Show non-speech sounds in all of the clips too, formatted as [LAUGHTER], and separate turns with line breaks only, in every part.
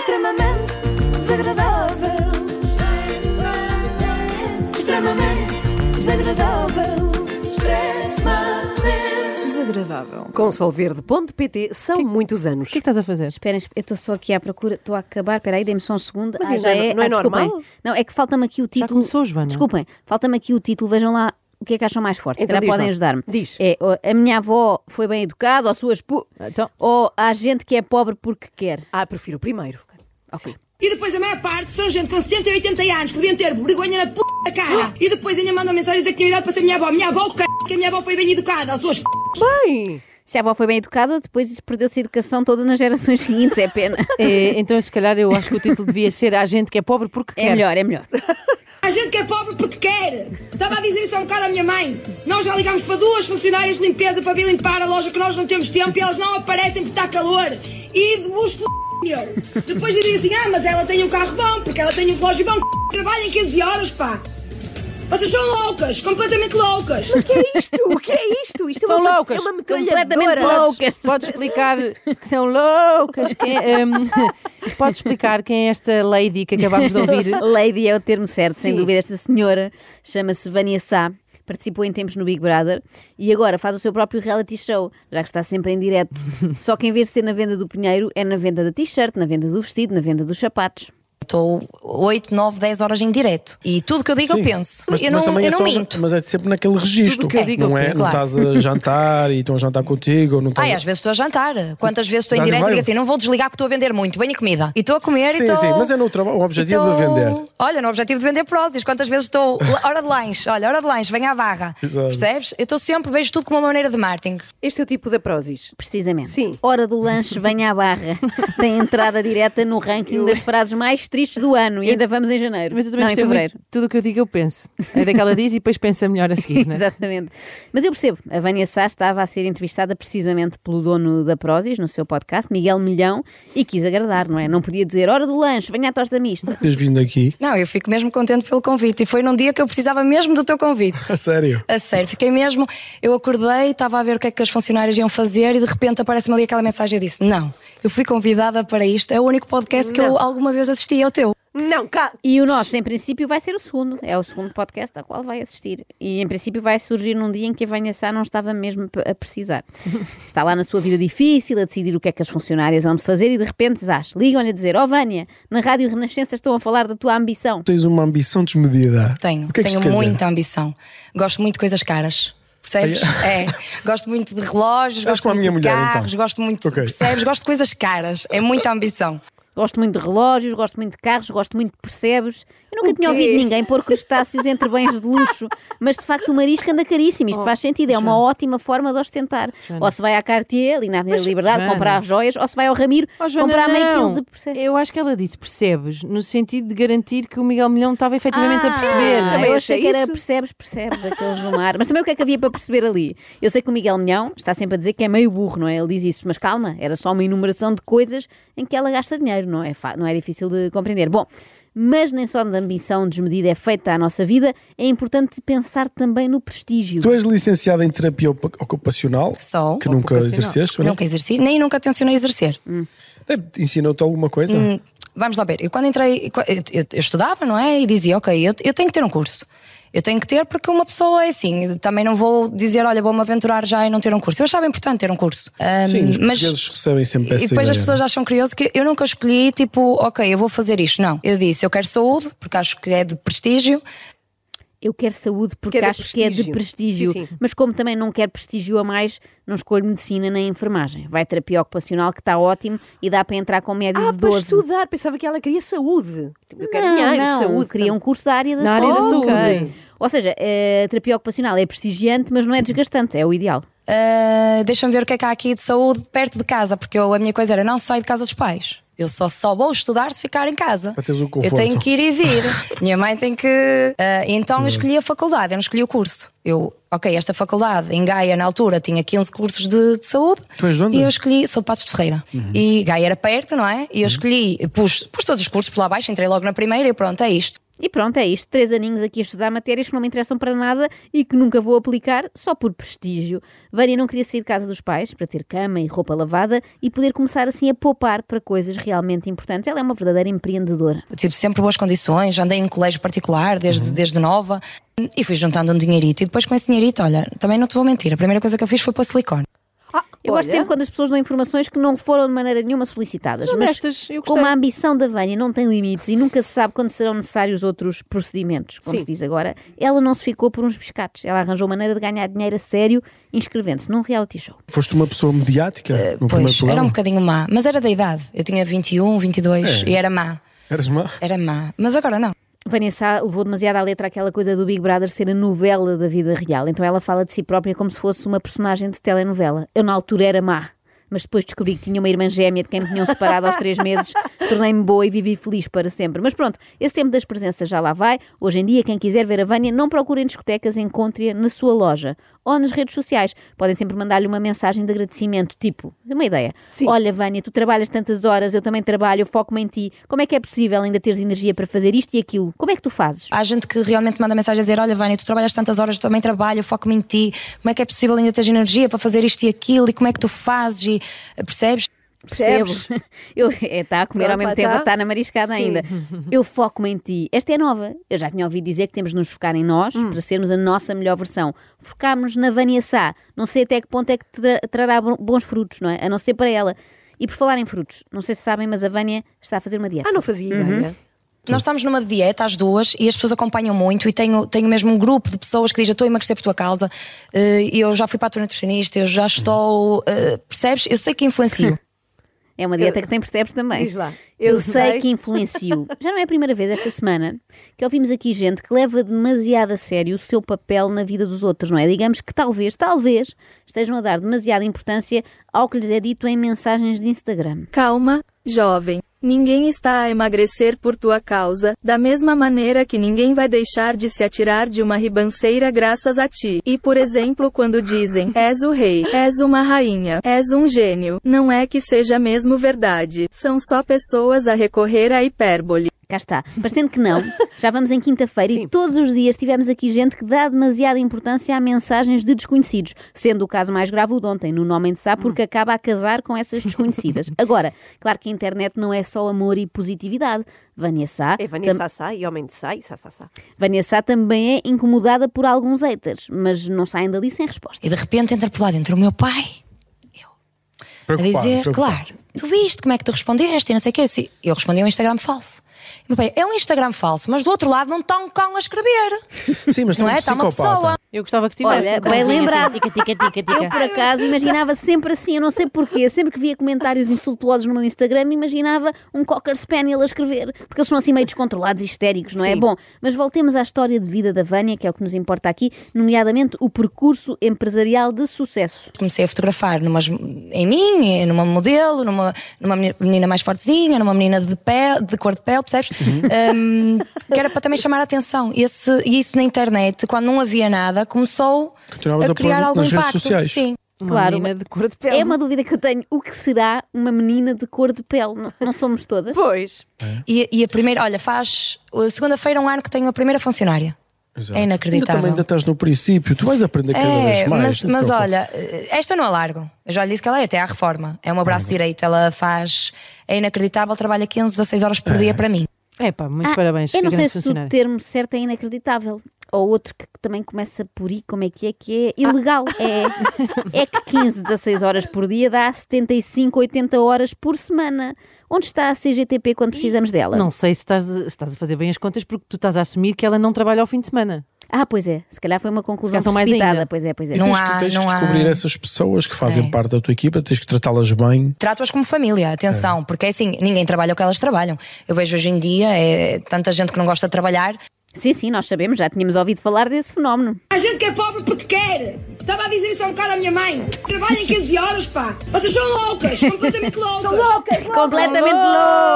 extremamente desagradável. Extremamente desagradável. Extremamente desagradável.
Com solverde.pt são muitos anos.
O que é que estás a fazer?
Esperem, esp- eu estou só aqui à procura, estou a acabar, peraí, dê-me só um segundo.
Mas
Ah,
isso não é- não é
desculpem.
normal?
Não, é que falta-me aqui o título.
começou, Joana?
Desculpem, falta-me aqui o título, vejam lá o que é que acham mais forte. Se
Então
calhar
diz
podem
lá.
ajudar-me.
Diz.
É, ó, a minha avó foi bem educada, ou a sua esposa.
Então.
Ou há gente que é pobre porque quer.
Ah, prefiro o primeiro. Ok.
E depois a maior parte são gente com 70 e 80 anos que deviam ter vergonha na p da cara. E depois ainda mandam mensagens a que tinham idade para ser minha avó. Minha avó, o c... que a minha avó foi bem educada. As suas p...
Bem!
Se a avó foi bem educada, depois perdeu-se a educação toda nas gerações [LAUGHS] seguintes, é pena.
[LAUGHS] É, então, se calhar, eu acho que o título devia ser A gente que é pobre porque
É
quer.
melhor, é melhor.
Há gente que é pobre porque quer. Estava a dizer isso há um bocado à minha mãe. Nós já ligámos para duas funcionárias de limpeza para vir limpar a loja que nós não temos tempo e elas não aparecem porque está calor. E de os f... meu. Depois dizem assim, ah, mas ela tem um carro bom, porque ela tem um relógio bom. c****, Trabalha em 15 horas, pá. Vocês são loucas, completamente loucas.
Mas que é isto? O que é isto? Isto
São
é uma,
loucas.
É uma
Completamente
metralhadora.
loucas.
Podes, podes explicar que são loucas. Quem, ehm, [LAUGHS] podes explicar quem é esta lady que acabámos de ouvir?
[LAUGHS] Lady é o termo certo, sem
Sim.
dúvida. Esta senhora chama-se Vânia Sá, participou em tempos no Big Brother e agora faz o seu próprio reality show, já que está sempre
[LAUGHS]
em direto. Só que em vez de ser na venda do Pinheiro, é na venda da t-shirt, na venda do vestido, na venda dos sapatos.
Estou 8, 9, 10 horas em direto. E tudo que eu digo eu penso.
Mas,
eu
mas
não,
também
eu
é
não
só-
minto.
Mas é sempre naquele registro.
que eu digo,
não
eu
é?
penso.
Não
Claro.
estás a jantar e estão a jantar contigo ou não estás.
Ai, às vezes estou a jantar. Quantas vezes estou em
Dás
direto e digo
trabalho?
assim: não vou desligar porque estou a vender muito. Venho comida. E estou a comer
um- Sim,
e estou.
sim, mas é no trabalho- o objetivo
e
de
estou-
vender.
Olha, no objetivo de vender prósis. Quantas vezes estou. Hora de lanche, olha, hora de lanche, venha à barra.
Exato.
Percebes? Eu estou sempre, vejo tudo como uma maneira de marketing.
Este é o tipo da prosis.
Precisamente.
Sim.
Hora do lanche, venha
[LAUGHS]
à barra. Tem entrada direta no ranking das frases mais tristes do ano. E ainda vamos em janeiro.
Mas eu também
Não, em
percebo
fevereiro.
muito tudo o que eu digo eu penso. É daquela diz e depois pensa melhor a [LAUGHS] seguir, não é?
Exatamente. Mas eu percebo, a Vânia Sá estava a ser entrevistada precisamente pelo dono da Prozis no seu podcast, Miguel Milhão, e quis agradar, não é? Não podia dizer hora do lanche, venha à tosta mista.
Tens vindo aqui.
Não, eu fico mesmo contente pelo convite. E foi num dia que eu precisava mesmo do teu convite.
[LAUGHS] A sério.
A sério, fiquei mesmo. Eu acordei, estava a ver o que é que as funcionárias iam fazer e de repente aparece-me ali aquela mensagem. Eu disse: Não, eu fui convidada para isto. É o único podcast que eu alguma vez assisti, é o teu.
Não, cá.
E o nosso, em princípio, vai ser o segundo. É o segundo podcast ao qual vai assistir. E, em princípio, vai surgir num dia em que a Vânia Sá não estava mesmo p- a precisar. Está lá na sua vida difícil, a decidir o que é que as funcionárias vão de fazer e, de repente, zás, ligam-lhe a dizer Ó Vânia, na Rádio Renascença estão a falar da tua ambição.
Tens uma ambição desmedida.
Tenho,
O que é que
tenho
isto quer
muita
dizer?
ambição. Gosto muito de coisas caras. Percebes?
[LAUGHS]
É. Gosto muito de relógios,
És
gosto
como a
muito
minha
de
mulher, então.
carros, gosto muito.
Ok.
Percebes? Gosto de coisas caras. É muita ambição.
Gosto muito de relógios, gosto muito de carros, gosto muito de percebes. Eu nunca
O
tinha
quê?
ouvido ninguém pôr crustáceos entre bens de luxo, mas de facto o marisco anda caríssimo.
Oh,
Isto faz sentido, é uma ótima forma de ostentar. Ou se vai à Cartier, ali na Avenida Liberdade,
Joana.
comprar joias, ou se vai ao Ramiro,
Ó, Oh, Joana,
comprar meio
não.
quilo de percebes.
Eu acho que ela disse percebes, no sentido de garantir que o Miguel Milhão estava efetivamente a perceber. é?
Ah,
Também
eu achei
achei
que era
isso.
percebes, percebes, aqueles do mar. Mas também o que é que havia para perceber ali? Eu sei que o Miguel Milhão está sempre a dizer que é meio burro, não é? Ele diz isso, mas calma, era só uma enumeração de coisas em que ela gasta dinheiro, não é, fa- não é difícil de compreender. Bom, mas nem só da ambição desmedida é feita a nossa vida, é importante pensar também no prestígio.
Tu és licenciada em terapia opa- ocupacional,
Sou.
que nunca
Ocupacional.
exerceste, não é?
Nunca exerci, nem nunca tencionei exercer.
Deve- Ensinou-te alguma coisa?
Hum, Vamos lá ver, eu quando entrei, eu, eu- eu estudava, não é? E dizia, ok, eu, eu tenho que ter um curso. Eu tenho que ter porque uma pessoa é assim, também não vou dizer, olha, vou-me aventurar já e não ter um curso. Eu achava importante ter um curso. Ahm,
Sim, os portugueses recebem sempre essa
E depois
ideia,
as pessoas
não é?
acham curioso que eu nunca escolhi, tipo, ok, eu vou fazer isto. Não, eu disse, eu quero saúde, porque acho que é de prestígio.
Eu quero saúde porque
Que é de
acho que é de
prestígio.
prestígio.
Sim, sim.
Mas como também não quero prestígio a mais, não escolho medicina nem enfermagem. Vai terapia ocupacional que está ótimo e dá para entrar com média
Ah,
de
para
12.
estudar. Pensava que ela queria saúde. Eu quero
não,
dinheiro,
não,
saúde.
Queria um curso da área da
Na área
saúde.
da saúde.
Ok.
Ou seja, a terapia ocupacional é prestigiante, mas não é desgastante, é o ideal.
Ah, Deixa-me ver o que é que há aqui de saúde perto de casa, porque eu- a minha coisa era não saio de casa dos pais. Eu só, só vou estudar se ficar em casa.
Para teres o
eu
conforto.
tenho que ir e
[LAUGHS]
vir. minha mãe tem que. Ah, então eu escolhi a faculdade, eu não escolhi o curso. Eu, ok, esta faculdade em Gaia, na altura, tinha 15 cursos de, de saúde.
Tu és de onde? Uhum.
E eu escolhi, sou de Passos de Ferreira. E Gaia era perto, não é? E eu escolhi, pus, pus todos os cursos por lá abaixo, entrei logo na primeira e pronto, é isto.
E pronto, é isto. Três aninhos aqui a estudar matérias que não me interessam para nada e que nunca vou aplicar, só por prestígio. Vânia não queria sair de casa dos pais para ter cama e roupa lavada e poder começar assim a poupar para coisas realmente importantes. Ela é uma verdadeira empreendedora.
Tive tipo, sempre boas condições, andei em colégio particular desde,
Uhum.
desde nova e fui juntando um dinheirito. E depois com esse dinheirito, olha, também não te vou mentir, a primeira coisa que eu fiz foi para silicone.
Ah,
Eu gosto
olha,
sempre quando as pessoas dão informações que não foram de maneira nenhuma solicitadas.
São
mas
honestas, eu gostei.
como a ambição da Vânia não tem limites e nunca se sabe quando serão necessários outros procedimentos, como se diz agora, ela não se ficou por uns pescates. Ela arranjou maneira de ganhar dinheiro a sério inscrevendo-se num reality show.
Foste uma pessoa mediática no primeiro
Pois,
programa.
era um bocadinho má, mas era da idade. Eu tinha 21, 22
É.
e era má.
Eras má.
[LAUGHS] Era má. Mas agora não.
Vânia Sá levou demasiado à letra aquela coisa do Big Brother ser a novela da vida real. Então ela fala de si própria como se fosse uma personagem de telenovela. Eu na altura era má, mas depois descobri que tinha uma irmã gêmea de quem me tinham separado aos três meses. [LAUGHS] Tornei-me boa e vivi feliz para sempre. Mas pronto, esse tempo das presenças já lá vai. Hoje em dia, quem quiser ver a Vânia, não procure em discotecas, encontre-a na sua loja ou nas redes sociais. Podem sempre mandar-lhe uma mensagem de agradecimento, tipo, uma ideia.
Sim.
Olha, Olha, Vânia, tu trabalhas tantas horas, eu também trabalho, eu foco-me em ti. Como é que é possível ainda teres energia para fazer isto e aquilo? Como é que tu fazes?
Há gente que realmente manda mensagem a dizer: Olha, Vânia, tu trabalhas tantas horas, eu também trabalho, eu foco-me em ti. Como é que é possível ainda teres energia para fazer isto e aquilo? E como é que tu fazes? E eh, percebes?
percebes?
[LAUGHS] Eu, é, está a comer
Pronto,
ao mesmo
lá
tempo,
está.
está na mariscada
Sim. [LAUGHS]
ainda. Eu foco-me em ti. Esta é nova. Eu já tinha ouvido dizer que temos de nos focar em nós
Hum.
para sermos a nossa melhor versão. Focarmos na Vânia Sá. Não sei até que ponto é que tra- trará bo- bons frutos, não é? A não ser para ela. E por falar em frutos, não sei se sabem, mas a Vânia está a fazer uma dieta.
Ah, não fazia
Uhum.
ideia.
Nós estamos numa dieta, as duas, e as pessoas acompanham muito. E tenho, tenho mesmo um grupo de pessoas que dizem: "Eu Estou a emagrecer por tua causa, eh, eu já fui para a tua nutricionista, eu já estou. eh, percebes? Eu sei que influencio.
É uma dieta que tem percebes também.
Diz lá.
Eu,
Eu
sei
sei.
que influenciou. Já não é a primeira vez esta semana que ouvimos aqui gente que leva demasiado a sério o seu papel na vida dos outros, não é? Digamos que talvez, talvez, estejam a dar demasiada importância ao que lhes é dito em mensagens de Instagram.
Calma, jovem. Ninguém está a emagrecer por tua causa, da mesma maneira que ninguém vai deixar de se atirar de uma ribanceira graças a ti. E por exemplo, quando dizem, és o rei, és uma rainha, és um gênio, não é que seja mesmo verdade. São só pessoas a recorrer à hipérbole.
Cá está. Parecendo que não, já vamos em quinta-feira e
Sim.
todos os dias tivemos aqui gente que dá demasiada importância a mensagens de desconhecidos, sendo o caso mais grave o de ontem, no Nome de Sá,
Hum.
porque acaba a casar com essas desconhecidas.
[LAUGHS]
Agora, claro que a internet não é só amor e positividade. Vânia Sá,
É Vânia
tam-
Sassá e Homem de Sá e Sassá Sá.
Vânia Sá também é incomodada por alguns haters, mas não saem dali sem resposta.
E de repente entra por lá dentro o meu pai a
Preocupado,
dizer:
preocupado.
Claro, tu viste como é que tu respondeste e não sei o quê. Assim, Eu respondi a um Instagram falso. E meu pai, é um Instagram falso, mas do outro lado não está um cão a escrever.
Sim, mas tu
não
és um
é? Está uma
psicopata.
pessoa.
Eu gostava que tivesse.
Olha,
um cãozinho
bem
assim,
lembrado.
tica, tica, tica, tica.
[LAUGHS] Eu, por acaso, imaginava sempre assim, eu não sei porquê, sempre que via comentários insultuosos no meu Instagram, imaginava um Cocker Spaniel a escrever, porque eles são assim meio descontrolados e histéricos, não é?
Sim.
Bom, mas voltemos à história de vida da Vânia, que é o que nos importa aqui, nomeadamente o percurso empresarial de sucesso.
Comecei a fotografar numas, em mim, em- numa modelo, numa, numa meni- menina mais fortezinha, numa menina de, pele, de cor de pele, percebes?
Uhum.
Um, que era para também chamar a atenção. E esse- e isso na internet, quando não havia nada, começou
Continuavas
a
a pôr
criar
nas
algum
redes
impacto.
sociais.
Sim.
Uma
Claro.
menina de cor de pele.
É uma dúvida que eu tenho. O que será uma menina de cor de pele? Não, não somos todas?
Pois.
E, e a primeira, olha, faz uh, segunda-feira um ano que tenho a primeira funcionária.
Exato.
É inacreditável.
Ainda também ainda estás no princípio, tu vais aprender cada
É,
vez mais.
mas,
não te
mas
preocupes.
olha, eh, esta não alargo. Eu já lhe disse que ela é até à reforma. É o meu
Uhum.
braço direito. Ela faz. É inacreditável, trabalha 15, 16 horas por dia para mim.
É pá, muitos
Ah,
parabéns.
Eu não
que
sei
grande
se o
funcionária.
termo certo é inacreditável. Ou outro que também começa por I, como é que é? Que é ilegal.
Ah.
É, é que 15, 16 horas por dia dá 75, 80 horas por semana. Onde está a CGTP quando precisamos dela?
Não sei se estás, a- estás a fazer bem as contas porque tu estás a assumir que ela não trabalha ao fim de semana.
Ah, pois é. Se calhar foi uma conclusão
calhar são mais
precipitada.
ainda.
Pois é, pois é.
E
Não
tens
há-
que, tens
não
que
há-
descobrir essas pessoas que fazem
É.
parte da tua equipa, tens que tratá-las bem.
Trato-as como família, atenção, porque é assim, ninguém trabalha o que elas trabalham. Eu vejo hoje em dia é, tanta gente que não gosta de trabalhar.
Sim, sim, nós sabemos. Já tínhamos ouvido falar desse fenómeno.
Há gente que é pobre porque quer. Estava a dizer isso há um bocado à minha mãe. Trabalhem 15 horas, pá. Vocês são loucas,
[LAUGHS]
completamente loucas. São loucas.
Completamente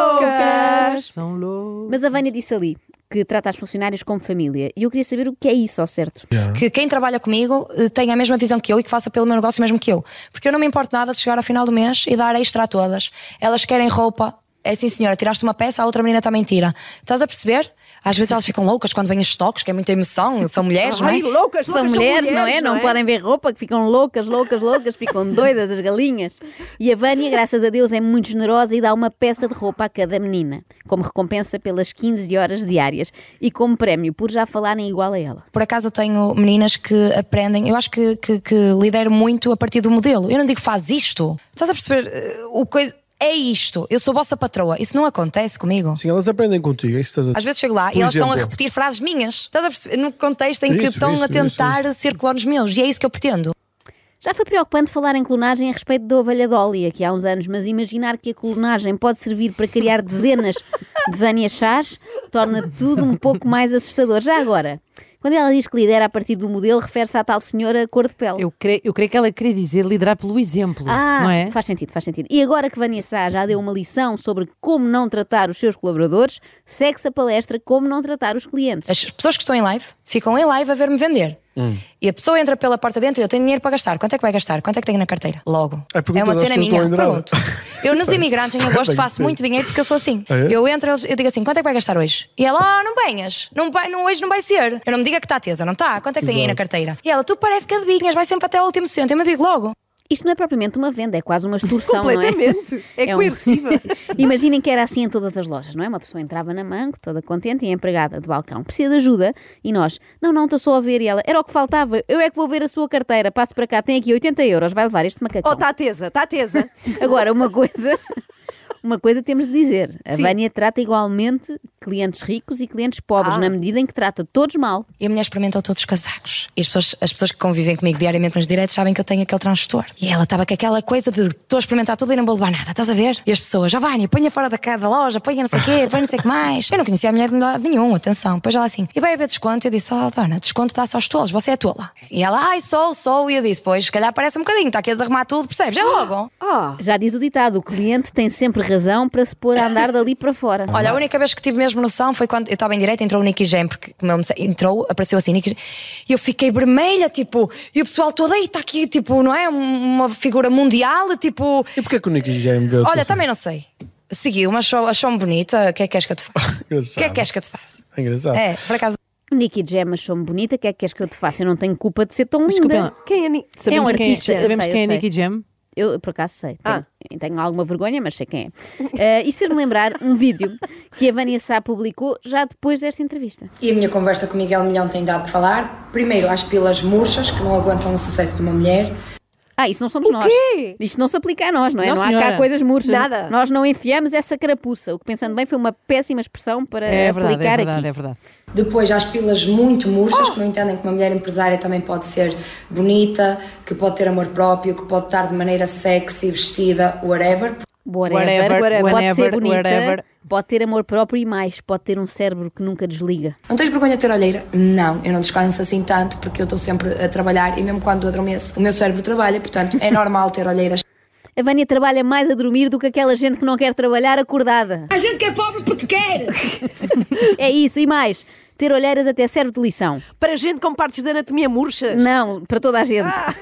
louca!
São loucos.
Mas a Vânia disse ali que trata as funcionários como família. E eu queria saber o que é isso ao certo.
Que quem trabalha comigo eh, tenha a mesma visão que eu e que faça pelo meu negócio o mesmo que eu. Porque eu não me importo nada de chegar ao final do mês e dar extra a todas. Elas querem roupa, É sim, senhora, tiraste uma peça, a outra menina também tira. Estás a perceber? Às vezes elas ficam loucas quando vêm os toques, que é muita emoção, são mulheres, não é?
Ai, loucas, loucas
São mulheres, não é? Não, podem ver roupa, que ficam loucas, loucas, loucas, [LAUGHS] ficam doidas as galinhas. E a Vânia, graças a Deus, é muito generosa e dá uma peça de roupa a cada menina, como recompensa pelas 15 horas diárias e como prémio por já falarem igual a ela.
Por acaso eu tenho meninas que aprendem, eu acho que, que, que lidero muito a partir do modelo. Eu não digo faz isto. Estás a perceber? eh, O coisa. É isto, eu sou vossa patroa. Isso não acontece comigo.
Sim, elas aprendem contigo. é Isso que estás a...
Às vezes chego lá e
Por
elas estão a
exemplo.
repetir frases minhas. Estás a perceber? Num contexto em que
Isso,
estão
isso,
a
isso,
tentar ser clones meus. E é isso que eu pretendo.
Já foi preocupante falar em clonagem a respeito da ovelha Dolly aqui há uns anos, mas imaginar que a clonagem pode servir para criar dezenas de Vânia Chás torna tudo um pouco mais assustador. Já agora, quando ela diz que lidera a partir do modelo, refere-se à tal senhora cor de pele.
Eu creio, eu creio que ela queria dizer liderar pelo exemplo,
Ah,
não é?
faz sentido, faz sentido. E agora que Vânia Sá já deu uma lição sobre como não tratar os seus colaboradores, segue-se a palestra Como Não Tratar os Clientes.
As pessoas que estão em live ficam em live a ver-me vender.
Hum.
E a pessoa entra pela porta dentro e eu tenho dinheiro para gastar. Quanto é que vai gastar? Quanto é que tenho na carteira? Logo.
É, pergunta
uma
das
cena
pessoas que
minha.
estão a entrar.
Pergunto.
[LAUGHS]
Eu nos
Sei.
imigrantes em agosto
Tem que
faço
ser.
muito dinheiro porque eu sou assim.
É?
Eu entro, eles- eu digo assim: quanto é que vai gastar hoje? E ela, ah, não venhas. Não, vai, não, hoje não vai ser. Eu não me diga que está tesa, não está? Quanto é que tem aí na
Exato.
carteira? E ela, tu parece que adivinhas, vai sempre até ao último cêntimo. Eu digo logo.
Isto não é propriamente uma venda, é quase uma extorsão, não é? [LAUGHS]
Completamente. É coerciva.
Imaginem que era assim em todas as lojas, não é? Uma pessoa entrava na manco, toda contente, e a empregada de balcão precisa de ajuda, e nós, não, não, estou só a ver, e ela, era o que faltava, eu é que vou ver a sua carteira, passo para cá, tem aqui 80 euros, vai levar este macacão.
Oh, está tesa, está
[LAUGHS]
tesa.
Agora, uma coisa. Uma coisa temos de dizer, a
Sim.
Vânia trata igualmente clientes ricos e clientes pobres,
Ah.
na medida em que trata todos mal.
E a mulher experimentou todos os casacos. E as pessoas, as pessoas que convivem comigo diariamente nos diretos sabem que eu tenho aquele transtorno. E ela estava com aquela coisa de estou a experimentar tudo e não vou levar nada, estás a ver? E as pessoas, Giovanni, ponha fora da, ca- da loja, ponha não sei o quê, ponha não sei o que mais. Eu não conhecia a mulher de lado nenhum, atenção. Depois ela assim, e vai haver desconto? Eu disse, oh dona, desconto dá-se aos tolos, você é tola. E ela, ai, sou, sou. E eu disse, pois, se calhar parece um bocadinho, está aqui a desarrumar tudo, percebes? É logo.
Ah,
Já diz o ditado, o cliente tem sempre razão para se pôr a andar dali para fora.
Olha, a única vez que tive mesmo noção foi quando eu estava em direto, entrou o Nicky Jam, porque como ele me sa- entrou, apareceu assim, Nicky Jam, e eu fiquei vermelha, tipo, e o pessoal todo aí está aqui, tipo, não é? Um- Uma figura mundial, tipo.
E porquê que o Nicky Jam veio
Olha, também não sei. Seguiu, mas achou- achou-me bonita, o que é que és que eu te
[LAUGHS]
faço? O
Engraçado.
que é que és que eu te faço?
É engraçado.
É, por acaso.
O Nicky Jam achou-me bonita, o que é que queres que eu te faça? Eu não tenho culpa de ser tão
Desculpem
linda.
lá.
quem é Ni-
É um
Sabemos quem
artista, eu
sabemos
sei,
quem é
eu sei.
Nicky Jam?
Eu, por acaso, sei. Tenho,
Ah.
tenho alguma vergonha, mas sei quem é. [LAUGHS] Eh, isto fez-me lembrar um vídeo que a Vânia Sá publicou já depois desta entrevista.
E a minha conversa com o Miguel Milhão tem dado que falar. Primeiro, às pilas murchas, que não aguentam o sucesso de uma mulher.
Ah, isso não somos nós.
quê?
Isto não se aplica a nós, não é?
Não,
não há cá
senhora.
coisas murchas.
Nada.
Nós não enfiamos essa carapuça. O que, pensando bem, foi uma péssima expressão para
É
aplicar
verdade, é verdade,
aqui.
é verdade.
Depois, há as pilas muito murchas
Oh!
que não entendem que uma mulher empresária também pode ser bonita, que pode ter amor próprio, que pode estar de maneira sexy, vestida, whatever.
Whatever,
Whatever,
pode ser
whenever,
bonita,
wherever.
pode ter amor próprio e mais, pode ter um cérebro que nunca desliga.
Não tens vergonha de ter olheira? Não, eu não descanso assim tanto porque eu estou sempre a trabalhar e mesmo quando adormeço, o meu cérebro trabalha, portanto é normal ter olheiras.
A Vânia trabalha mais a dormir do que aquela gente que não quer trabalhar acordada.
Há gente que é pobre porque quer.
É isso, e mais, ter olheiras até serve de lição.
Para gente com partes de anatomia murchas.
Não, para toda a gente.
Ah.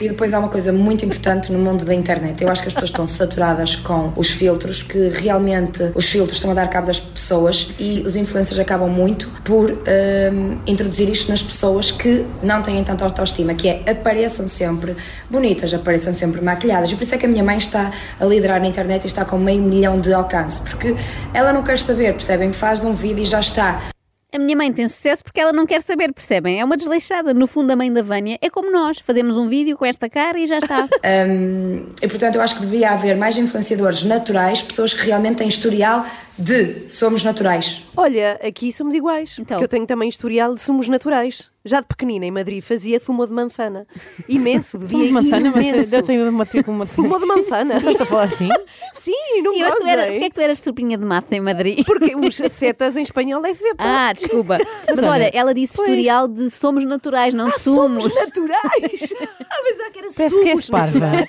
E depois há uma coisa muito importante no mundo da internet. Eu acho que as pessoas estão saturadas com os filtros, que realmente os filtros estão a dar cabo das pessoas e os influencers acabam muito por hum, introduzir isto nas pessoas que não têm tanta autoestima, que é apareçam sempre bonitas, apareçam sempre maquilhadas. E por isso é que a minha mãe está a liderar na internet e está com meio milhão de alcance, porque ela não quer saber, percebem? Faz um vídeo e já está.
A minha mãe tem sucesso porque ela não quer saber, percebem? É uma desleixada. No fundo, a mãe da Vânia é como nós. Fazemos um vídeo com esta cara e já está.
Hum, e portanto, eu acho que devia haver mais influenciadores naturais, pessoas que realmente têm historial de somos naturais.
Olha, aqui somos iguais.
Então.
Porque eu tenho também historial de sumos naturais. Já de pequenina em Madrid fazia fumo de
[LAUGHS]
manzana. Imenso,
Fumo
bebia
de manzana, mas
imenso.
eu tenho uma fico uma
Fumo de manzana.
[LAUGHS] Estás a falar assim?
[LAUGHS]
Sim, não
E mas tu era, porquê é
gozei.
que tu eras surpinha de mata em Madrid?
é
Porque os fetas em espanhol é feta.
[LAUGHS] Ah, desculpa. [LAUGHS] Mas
olha,
olha, ela disse
pois.
historial de somos naturais, não de
Sumos
somos. [LAUGHS]
naturais! [LAUGHS] Ah, mas há que era
Parece que é
sumos
és parva.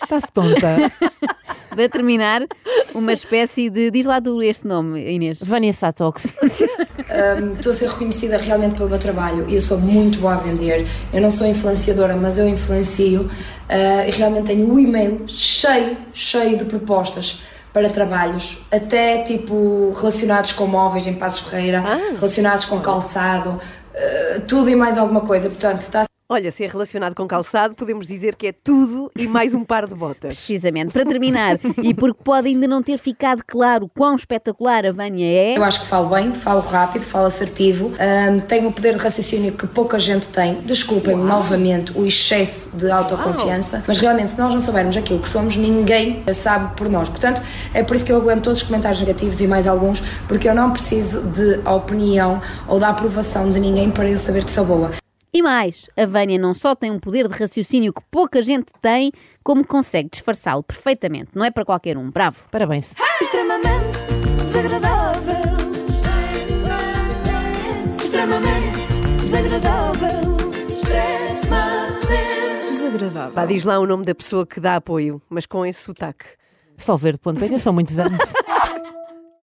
Estás tonta.
Para terminar, uma espécie de. Diz lá tu este nome, Inês.
Vânia Satox.
Hum, Estou a ser reconhecida realmente pelo meu trabalho e eu sou muito boa a vender. Eu não sou influenciadora, mas eu eh, influencio ah, e realmente tenho o e-mail cheio, cheio de propostas
para trabalhos, até tipo relacionados com móveis em Passos Ferreira, relacionados com calçado, eh, tudo e mais alguma coisa. Portanto, está
Olha, se é relacionado com calçado, podemos dizer que é tudo e mais um par de botas.
Precisamente, para terminar, e porque pode ainda não ter ficado claro quão espetacular a Vânia é,
Eu acho que falo bem, falo rápido, falo assertivo, hum, tenho um poder de raciocínio que pouca gente tem. Desculpem-me novamente o excesso de autoconfiança, mas realmente, se nós não soubermos aquilo que somos, ninguém sabe por nós. Portanto, é por isso que eu aguento todos os comentários negativos e mais alguns, porque eu não preciso de opinião ou da aprovação de ninguém para eu saber que sou boa.
E mais, a Vânia não só tem um poder de raciocínio que pouca gente tem, como consegue disfarçá-lo perfeitamente. Não é para qualquer um, bravo.
Parabéns.
extremamente desagradável. Extremamente desagradável. Extremamente desagradável.
Pá, diz lá o nome da pessoa que dá apoio, mas com esse sotaque.
Solver de Ponte Penha são muito,